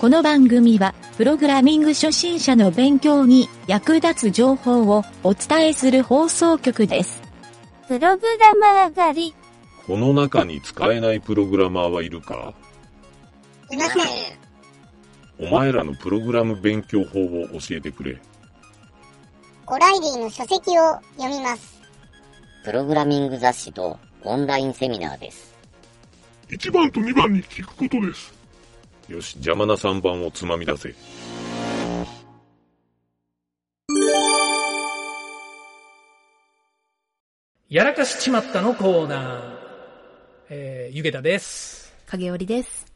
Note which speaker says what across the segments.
Speaker 1: この番組は、プログラミング初心者の勉強に役立つ情報をお伝えする放送局です。
Speaker 2: プログラマー上がり。
Speaker 3: この中に使えないプログラマーはいるか
Speaker 4: いません。
Speaker 3: お前らのプログラム勉強法を教えてくれ。
Speaker 4: オライリーの書籍を読みます。
Speaker 5: プログラミング雑誌とオンラインセミナーです。
Speaker 6: 1番と2番に聞くことです。
Speaker 3: よし、邪魔な3番をつまみ出せ。
Speaker 7: やらかしちまったのコーナー。えー、ゆげたです。
Speaker 8: 影織です。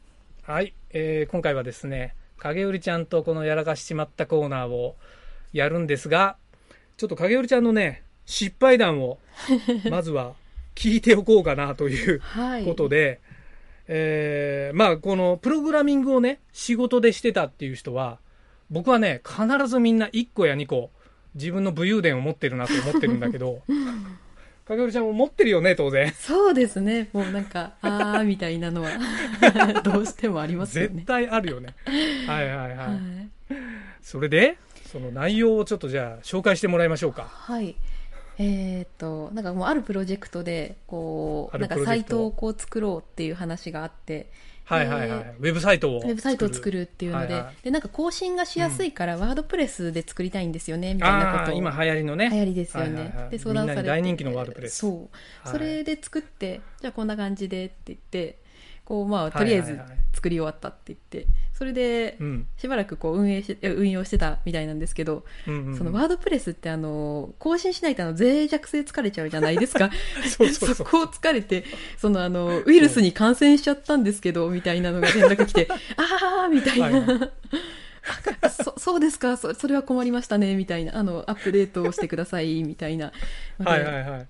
Speaker 7: はい、えー、今回はですね、影織ちゃんとこのやらかしちまったコーナーをやるんですが、ちょっと影織ちゃんのね、失敗談を、まずは聞いておこうかなという
Speaker 8: はい。
Speaker 7: ことで、えーまあ、このプログラミングをね、仕事でしてたっていう人は、僕はね、必ずみんな1個や2個、自分の武勇伝を持ってるなと思ってるんだけ ど、影織ちゃんも持ってるよね、当然。
Speaker 8: そうですね。もうな んか、あーみたいなのは、どうしてもありますよ
Speaker 7: 絶
Speaker 8: ね。
Speaker 7: 対あるよね。はいはいはい。
Speaker 8: はい。
Speaker 7: それで、その内容をちょっとじゃあ紹介してもらいましょうか。
Speaker 8: はい。えーっと、なんかもうあるプロジェクトで、こ
Speaker 7: あ
Speaker 8: う、な
Speaker 7: る
Speaker 8: ん
Speaker 7: プ
Speaker 8: か
Speaker 7: ロジェクト
Speaker 8: サイトをこう作ろうっていう話があって、
Speaker 7: はいはいはい。
Speaker 8: え
Speaker 7: ウェブサイトを。
Speaker 8: ウェブサイトを作。るっていうので、
Speaker 7: はいはい
Speaker 8: で、なんか更新がしやすいから、ワードプレスで作りたいんですよね、みたいな
Speaker 7: あ
Speaker 8: こ
Speaker 7: あ、
Speaker 8: とを。
Speaker 7: 今流行りのね。
Speaker 8: 流行りですよね。
Speaker 7: はいはいはい
Speaker 8: で、相談されて。
Speaker 7: みんなに大人気のワードプレス
Speaker 8: そう。
Speaker 7: はい
Speaker 8: それで作って、じゃあこんな感じでって言って、こう、まあ、とりあえ
Speaker 7: はい
Speaker 8: ず
Speaker 7: はいはい
Speaker 8: 作り終わったって言って、それで
Speaker 7: う、ん。
Speaker 8: しばらくこう運営し、運用してたみたいなんですけど、
Speaker 7: うん、うん。
Speaker 8: そのワードプレスってあの、更新しないとあの、脆弱性疲れちゃうじゃないですか。
Speaker 7: そうそうそう
Speaker 8: そこを疲れて、そのあの、ウイルスに感染しちゃったんですけど、みたいなのが連絡 来て、あーみたいな。
Speaker 7: はいは
Speaker 8: あそそうですかそ、それは困りましたね、みたいな。あの、アップデートをしてください、みたいな。
Speaker 7: はいはいはい。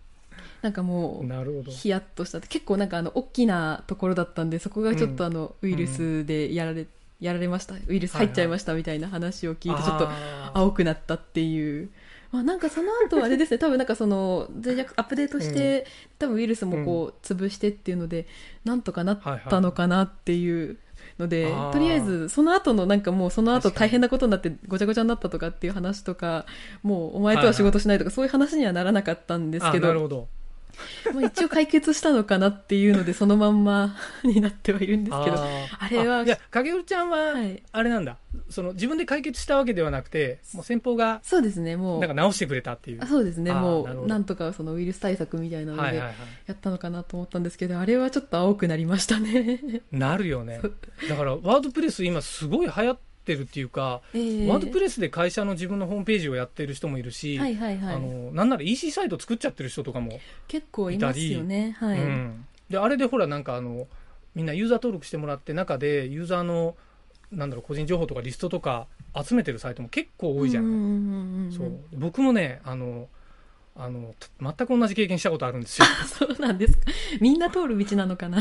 Speaker 8: なんかもう、
Speaker 7: なるほど。
Speaker 8: ヒヤッとしたって結構なんかあの大きなところだったんでそこがちょっ
Speaker 7: う
Speaker 8: と
Speaker 7: ん
Speaker 8: あの、ウイルスでやられやられましたウイルス入っちゃいましたみたいな話を聞いてちょっと
Speaker 7: あー
Speaker 8: 青くなったっていう。まあ、なんかその後あ れですね多分なんかその脆弱アップデートして、多分ウイルスもこう潰してっていうので、なんとかなったのかなっていうので、
Speaker 7: はいはいあー
Speaker 8: とりあえずその後のなんかもうその後
Speaker 7: 確かに
Speaker 8: 大変なことになってごちゃごちゃになったとかっていう話とかもうお前とは仕事しないとか、そういう話にはならなかったんですけ
Speaker 7: あなるほど。
Speaker 8: まあ、一応解決したのかなっていうのでそのまんまになってはいるんですけどあ
Speaker 7: あー
Speaker 8: れは
Speaker 7: あいや、影織ちゃんは、
Speaker 8: はい
Speaker 7: あれなんだ。その自分で解決したわけではなくて、もう先方が、
Speaker 8: そうですねもう
Speaker 7: なんか直してくれたっていう。
Speaker 8: あそうですね
Speaker 7: あー
Speaker 8: も
Speaker 7: なるほ
Speaker 8: う
Speaker 7: ど
Speaker 8: なんとかそのウイルス対策みたいなの
Speaker 7: はい
Speaker 8: で
Speaker 7: はいは
Speaker 8: や
Speaker 7: い。
Speaker 8: ったのかなと思ったんですけどあれはちょっと青くなりましたね、
Speaker 7: なるよね
Speaker 8: そう。
Speaker 7: だから、ワードプレス今すごい流行ってるっていうか、
Speaker 8: えー
Speaker 7: ワードプレスで会社の自分のホームページをやってる人もいるし、
Speaker 8: はいはいは
Speaker 7: あ
Speaker 8: い
Speaker 7: のなんなら EC サイト作っちゃってる人とかも、
Speaker 8: 結構いますよねはい、
Speaker 7: うん、であれでほらなんかあのみんなユーザー登録してもらって中でユーザーのなんだろう個人情報とかリストとか集めてるサイトも結構多いじゃない、
Speaker 8: うんうんうんうん
Speaker 7: そう僕もねあのあのた全く同じ経験したことあるんです よ、
Speaker 8: そうなんですかみんな通る道なのかな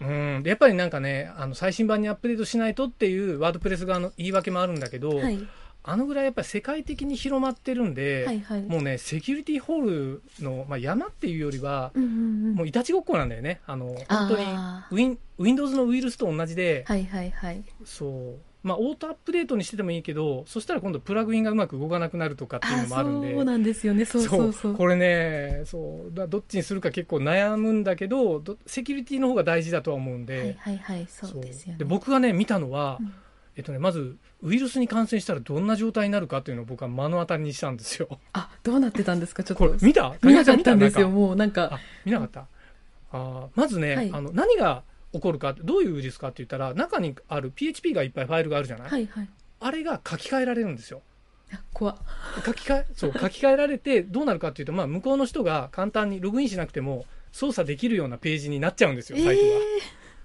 Speaker 7: うん、でやっぱりなんかねあの最新版にアップデートしないとっていうワードプレス側の言い訳もあるんだけど、
Speaker 8: はい
Speaker 7: あのぐらいやっぱり世界的に広まってるんで、
Speaker 8: はいはい
Speaker 7: もうねセキュリティホールの、まあ、山っていうよりは、
Speaker 8: うんうんうん
Speaker 7: もういたちごっこなんだよね。あの、
Speaker 8: あー
Speaker 7: 本当にウィン、Windows のウイルスと同じで、
Speaker 8: はいはいはい
Speaker 7: そう。まあ、オートアップデートにしててもいいけど、そしたら今度プラグインがうまく動かなくなるとかっていう
Speaker 8: あ
Speaker 7: のもあるんで。
Speaker 8: そうなんですよねそうそうそう
Speaker 7: これね、そう。だどっちにするか結構悩むんだけど、どセキュリティの方が大事だとは思うんで。
Speaker 8: はいはいはいそうですよね
Speaker 7: で僕がね、見たのは、
Speaker 8: うん
Speaker 7: えっとね、まず、ウイルスに感染したらどんな状態になるかっていうのを僕は目の当たりにしたんですよ。
Speaker 8: あ どうなってたんですかちょっ
Speaker 7: ことれ、見た
Speaker 8: 見なかった
Speaker 7: 高
Speaker 8: ん
Speaker 7: 橋
Speaker 8: です
Speaker 7: さ
Speaker 8: よ、
Speaker 7: 見た
Speaker 8: もうなんか
Speaker 7: あ。見なかった。あーまずね、
Speaker 8: はい
Speaker 7: あの何が起こるかってどういうウイルスかって言ったら中にある PHP がいっぱいファイルがあるじゃない、
Speaker 8: はいはい。
Speaker 7: あれが書き換えられるんですよ
Speaker 8: あ怖っ
Speaker 7: 書き換えそう書き換えられてどうなるかっていうと、まあ、向こうの人が簡単にログインしなくても操作できるようなページになっちゃうんですよサイトが、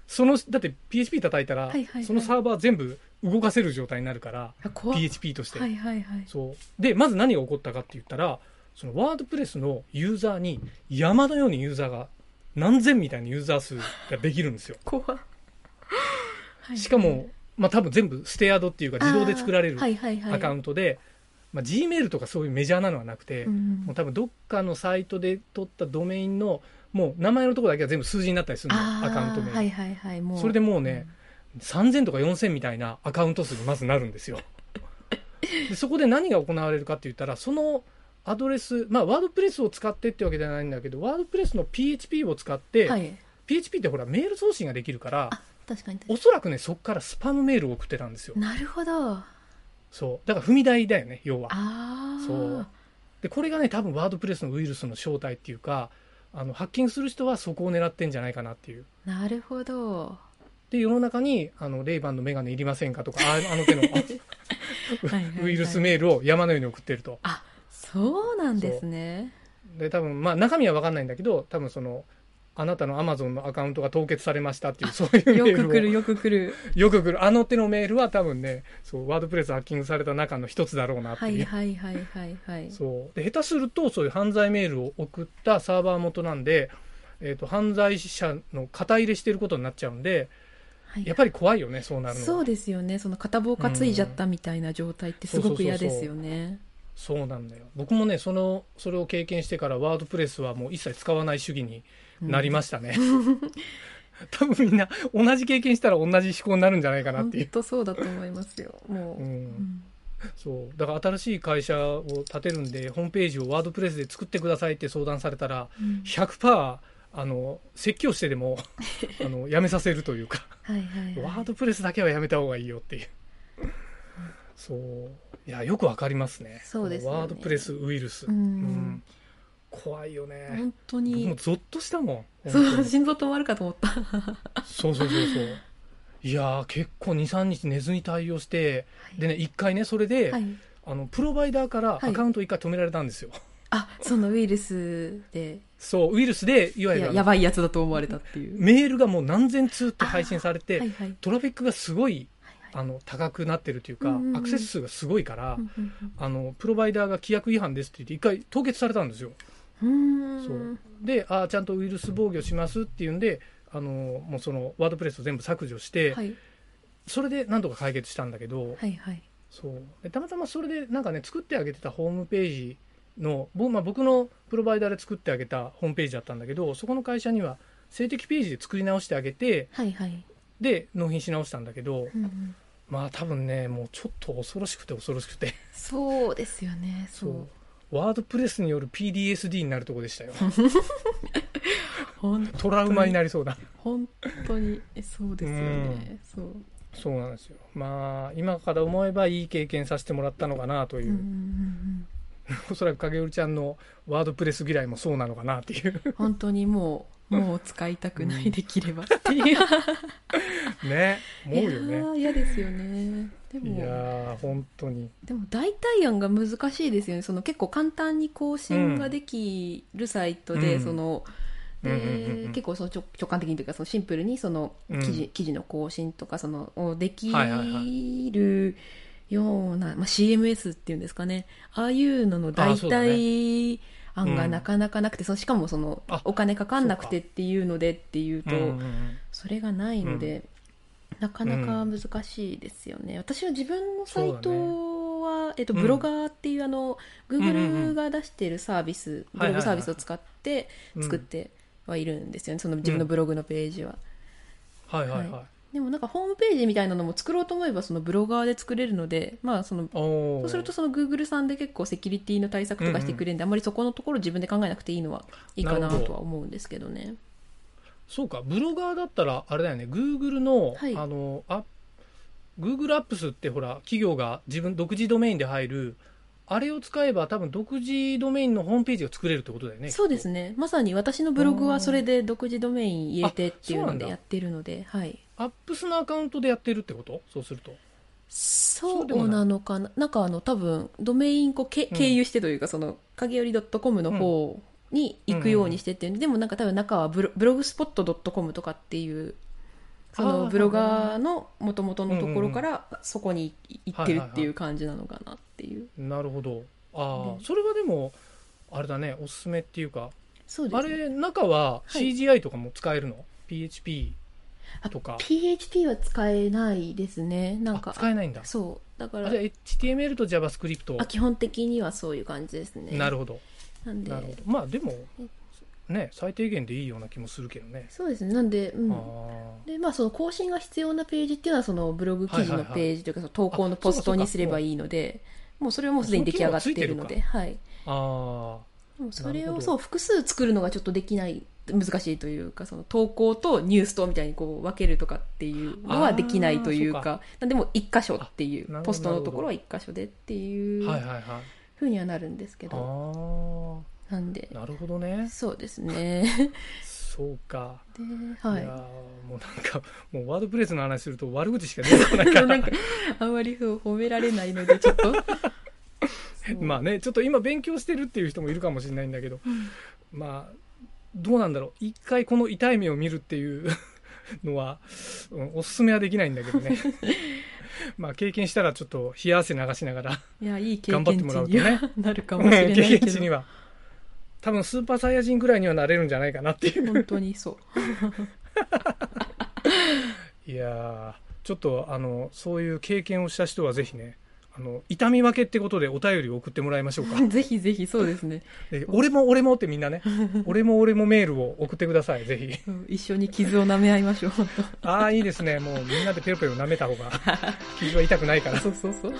Speaker 7: そのだって PHP 叩いたら、
Speaker 8: はいはいはい
Speaker 7: そのサーバー全部動かせる状態になるから
Speaker 8: あ怖っ
Speaker 7: PHP として、
Speaker 8: はいはいはい。
Speaker 7: そうでまず何が起こったかって言ったらそのワードプレスのユーザーに山のようにユーザーが何千みたいなユーザー数ができるんですよ
Speaker 8: 怖っはい
Speaker 7: しかも、まあ、多分全部ステアードっていうか自動で作られる
Speaker 8: あーはいはいはい、
Speaker 7: アカウントで、まあ、Gmail とかそういうメジャーなのはなくて、
Speaker 8: うん
Speaker 7: もう多分どっかのサイトで取ったドメインのもう名前のところだけは全部数字になったりするのアカウント
Speaker 8: あ
Speaker 7: 名、
Speaker 8: ーはいはいはい。もう
Speaker 7: それでもうね、 3000とか4000みたいなアカウント数にまずなるんです よ。でそこで何が行われるかって言ったらそのアドレスまあワードプレスを使ってってわけじゃないんだけどワードプレスの PHP を使って、
Speaker 8: はい。
Speaker 7: PHP ってほらメール送信ができるから
Speaker 8: あ、確かに。
Speaker 7: おそらくねそこからスパムメールを送ってたんですよ。
Speaker 8: なるほど。あ
Speaker 7: そうだから踏み台だよね要は。
Speaker 8: あ。
Speaker 7: そう。でこれがね多分ワードプレスのウイルスの正体っていうかあのハッキングする人はそこを狙ってんじゃないかなっていう
Speaker 8: なる ほど。
Speaker 7: で世の中にあのレイバンのメガネいりませんかとかああの手 の
Speaker 8: はいはいはい
Speaker 7: ウイルスメールを山のように送ってると
Speaker 8: そうなんですね。
Speaker 7: で多分まあ中身は分かんないんだけど多分そのあなたのアマゾンのアカウントが凍結されましたっていうそういう
Speaker 8: よ
Speaker 7: メールを
Speaker 8: く来るよく来 る。
Speaker 7: よく来るあの手のメールは多分ねそうワードプレスハッキングされた中の一つだろうなって
Speaker 8: はいいうはいはいはいはい。
Speaker 7: そうで下手するとそういう犯罪メールを送ったサーバー元なんで、えー、と犯罪者の肩入れしてることになっちゃうんで
Speaker 8: はい
Speaker 7: やっぱり怖いよねそうなるのは
Speaker 8: そうですよね。その片棒担いじゃったみたいな状態ってすごく嫌ですよね。
Speaker 7: そうなんだよ僕もねそのそれを経験してからワードプレスはもう一切使わない主義になりましたね、 多分みんな同じ経験したら同じ思考になるんじゃないかなっ
Speaker 8: 本
Speaker 7: ていう、
Speaker 8: 当そうだと思いますよ。も
Speaker 7: う、
Speaker 8: う。うんん
Speaker 7: そうだから新しい会社を立てるんでホームページをワードプレスで作ってくださいって相談されたら
Speaker 8: うん
Speaker 7: 100%あの説教してで もあのやめさせるというか
Speaker 8: はいはいはい。
Speaker 7: ワードプレスだけはやめた方がいいよっていうそういやよくわかりますね
Speaker 8: そうですよね
Speaker 7: ワードプレスウイルス、
Speaker 8: うん
Speaker 7: うん怖いよね
Speaker 8: 本当
Speaker 7: 僕も
Speaker 8: に。
Speaker 7: ゾッとしたもん
Speaker 8: そ
Speaker 7: 本当
Speaker 8: う、
Speaker 7: に
Speaker 8: 心臓止まるかと思った。
Speaker 7: そうそうそうそういやー結構23日寝ずに対応してでね1回ねそれで、
Speaker 8: はい。
Speaker 7: あのプロバイダーからアカウント1回止められたんですよ、
Speaker 8: あ、そのウイルスで、
Speaker 7: そうウイルスでいわ
Speaker 8: い
Speaker 7: ゆる
Speaker 8: や
Speaker 7: あ
Speaker 8: や
Speaker 7: の
Speaker 8: ばいやつだと思われたっていう。
Speaker 7: メールがもう何千通って配信されて、
Speaker 8: はいはい。
Speaker 7: トラフィックがすごい
Speaker 8: はいは
Speaker 7: あ
Speaker 8: い
Speaker 7: の高くなってるというか、
Speaker 8: うんうんうん
Speaker 7: アクセス数がすごいから、
Speaker 8: うんうん
Speaker 7: あのプロバイダーが規約違反ですって言って1回凍結されたんですよ。
Speaker 8: うん。うー
Speaker 7: そ
Speaker 8: ん
Speaker 7: うであーちゃんとウイルス防御しますっていうんであのもうそのワードプレスを全部削除して、
Speaker 8: はい
Speaker 7: それでなんとか解決したんだけど、
Speaker 8: はいはい。
Speaker 7: そうでたまたまそれでなんかね作ってあげてたホームページの僕,、まあ、僕のプロバイダーで作ってあげたホームページだったんだけどそこの会社には性的ページで作り直してあげて
Speaker 8: はいはい。
Speaker 7: で納品し直したんだけど
Speaker 8: うんうん
Speaker 7: まあ多分ねもうちょっと恐ろしくて恐ろしくて
Speaker 8: そうですよね。そ
Speaker 7: そうう。ワードプレスによる PDSD になるとこでしたよ
Speaker 8: ほん
Speaker 7: トラウマになりそうだ
Speaker 8: 本当にそうですよね。そう。
Speaker 7: そうなんですよまあ今から思えばいい経験させてもらったのかなという、
Speaker 8: うんうんうん
Speaker 7: おそらく影織ちゃんのワードプレス嫌いもそうなのかなって いう
Speaker 8: うん本当にもう、もう使いたくないできればっていう。
Speaker 7: ね思うよ
Speaker 8: いや
Speaker 7: ね
Speaker 8: ー嫌ですよね。で
Speaker 7: いやー
Speaker 8: も、
Speaker 7: 本当に
Speaker 8: でも代替案が難しいですよね。その結構簡単に更新ができるサイトで、
Speaker 7: うん
Speaker 8: その、で、
Speaker 7: うんうんうんうん
Speaker 8: 結構その直直感的にというかそのシンプルにその
Speaker 7: うん
Speaker 8: 記事,、記事の更新とかそのをでき
Speaker 7: はいはいは
Speaker 8: るような、まあ、CMS っていうんですかねああいうのの代
Speaker 7: あそうだ
Speaker 8: 替案
Speaker 7: う
Speaker 8: が
Speaker 7: ん
Speaker 8: なかなかなくて、そのしかもその
Speaker 7: あ
Speaker 8: お金かかんなくてっていうのでっていうとそ,、れがないので、なかなか難しいですよね、私は自分のサイトは、えっと、
Speaker 7: うん
Speaker 8: ブロガーっていうあの
Speaker 7: うんうんう
Speaker 8: Google
Speaker 7: ん
Speaker 8: が出してるサービス、ブ
Speaker 7: はいはいは
Speaker 8: ログ
Speaker 7: い
Speaker 8: サービスを使って、作っ、てはいるんですよね、その自分のブログのページは、
Speaker 7: うんはいはいはい、
Speaker 8: はいでもなんかホームページみたいなのも作ろうと思えばそのブロガーで作れるのでまあその
Speaker 7: おー
Speaker 8: そうするとその Google さんで結構セキュリティの対策とかしてくれるんで、あんまりそこのところ自分で考えなくていいのはいいか
Speaker 7: な
Speaker 8: な
Speaker 7: るほど
Speaker 8: とは思うんですけどね
Speaker 7: そうかブロガーだったらあれだよね Google の、
Speaker 8: はい
Speaker 7: あのあ Google アップスってほら企業が自分独自ドメインで入るあれを使えば多分独自ドメインのホームページが作れるってことだよね
Speaker 8: そうです
Speaker 7: ね
Speaker 8: ねまさに私のブログはそれで独自ドメイン入れてってい
Speaker 7: あそう
Speaker 8: う
Speaker 7: な
Speaker 8: の
Speaker 7: んだ
Speaker 8: でやってるのではい
Speaker 7: アップスのアカウントでやってるってことそうすると
Speaker 8: そう
Speaker 7: でもない
Speaker 8: なのかななんかあの多分ドメインこうけ
Speaker 7: うん
Speaker 8: 経由してというか、その影より .com の方に行くようにしてって、でもなんか多分中はブロブログスポット .com とかっていうそ
Speaker 7: あ
Speaker 8: の
Speaker 7: ー
Speaker 8: ブロガーのもともとのところからそこに行ってるっていう感じなのかなっていう、
Speaker 7: なるほどああ、
Speaker 8: ね
Speaker 7: それはでもあれだねおすすめっていうか
Speaker 8: そうで
Speaker 7: あ
Speaker 8: すね
Speaker 7: れ中は
Speaker 8: はい
Speaker 7: CGI とかも使えるの、PHP
Speaker 8: あ
Speaker 7: とか
Speaker 8: PHP は使えないですねなんか
Speaker 7: あ使えないんだ
Speaker 8: そうだか
Speaker 7: あ
Speaker 8: ら
Speaker 7: じゃあ HTML と JavaScript
Speaker 8: あ基本的にはそういう感じですね
Speaker 7: なるほど
Speaker 8: なんで
Speaker 7: なるほどまあでもね最低限でいいような気もするけどね。
Speaker 8: そうですねなんで、うん
Speaker 7: あー
Speaker 8: でまあ、その更新が必要なページっていうのはそのブログ記事
Speaker 7: はい
Speaker 8: の
Speaker 7: はいはい
Speaker 8: ページというかその投稿の
Speaker 7: あそう
Speaker 8: ポ
Speaker 7: か
Speaker 8: ス
Speaker 7: そう
Speaker 8: ト
Speaker 7: か
Speaker 8: にすればいいのでもうそれはもうすでに出来上がっているのではい、
Speaker 7: あ
Speaker 8: でもそれ
Speaker 7: なるほ
Speaker 8: を
Speaker 7: ど
Speaker 8: そう複数作るのがちょっとできない難しいというかその投稿とニュースとみたいにこう分けるとかっていうのはできないという
Speaker 7: あー
Speaker 8: か
Speaker 7: そう
Speaker 8: なんでもう一箇所ってい
Speaker 7: あなるほど
Speaker 8: うポストのところは一箇所でってい
Speaker 7: ー
Speaker 8: う
Speaker 7: はいはいはい。
Speaker 8: ふうにはなるんですけ
Speaker 7: あ
Speaker 8: どなんで
Speaker 7: ーなるほどね。
Speaker 8: そうです ね
Speaker 7: そうか。
Speaker 8: ではいい
Speaker 7: やーもうなんかもうワードプレスの話すると悪口しか出てこないから
Speaker 8: なんかあんまりそう褒められないのでちょ っとそう
Speaker 7: まあねちょっと今勉強してるっていう人もいるかもしれないんだけど、まあどうなんだろう一回この痛い目を見るっていう のは、うんおすすめはできないんだけど ねまあ経験したらちょっと冷や汗流しながら
Speaker 8: いやいい経験
Speaker 7: 頑張ってもらうと
Speaker 8: 値に
Speaker 7: ね
Speaker 8: はなるかもしれな
Speaker 7: 経
Speaker 8: いけ
Speaker 7: 験
Speaker 8: ど
Speaker 7: 値には多分スーパーサイヤ人ぐらいにはなれるんじゃないかなっていう
Speaker 8: 本当にそう
Speaker 7: いやーちょっとあのそういう経験をした人はぜひねあの痛み分けってことでお便りを送ってもらいましょうか
Speaker 8: ぜひぜひそう ですね
Speaker 7: で俺も俺もってみんなね俺も俺もメールを送ってくださいぜひ
Speaker 8: うん一緒に傷を舐め合いましょう本
Speaker 7: ああいいですねもうみんなでペロペロ舐めた方が傷は痛くないから
Speaker 8: 当
Speaker 7: はい
Speaker 8: そうそうそう
Speaker 7: じ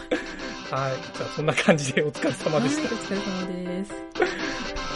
Speaker 7: ゃあそんな感じでお疲れ様でし
Speaker 8: はい
Speaker 7: た
Speaker 8: お疲れ様です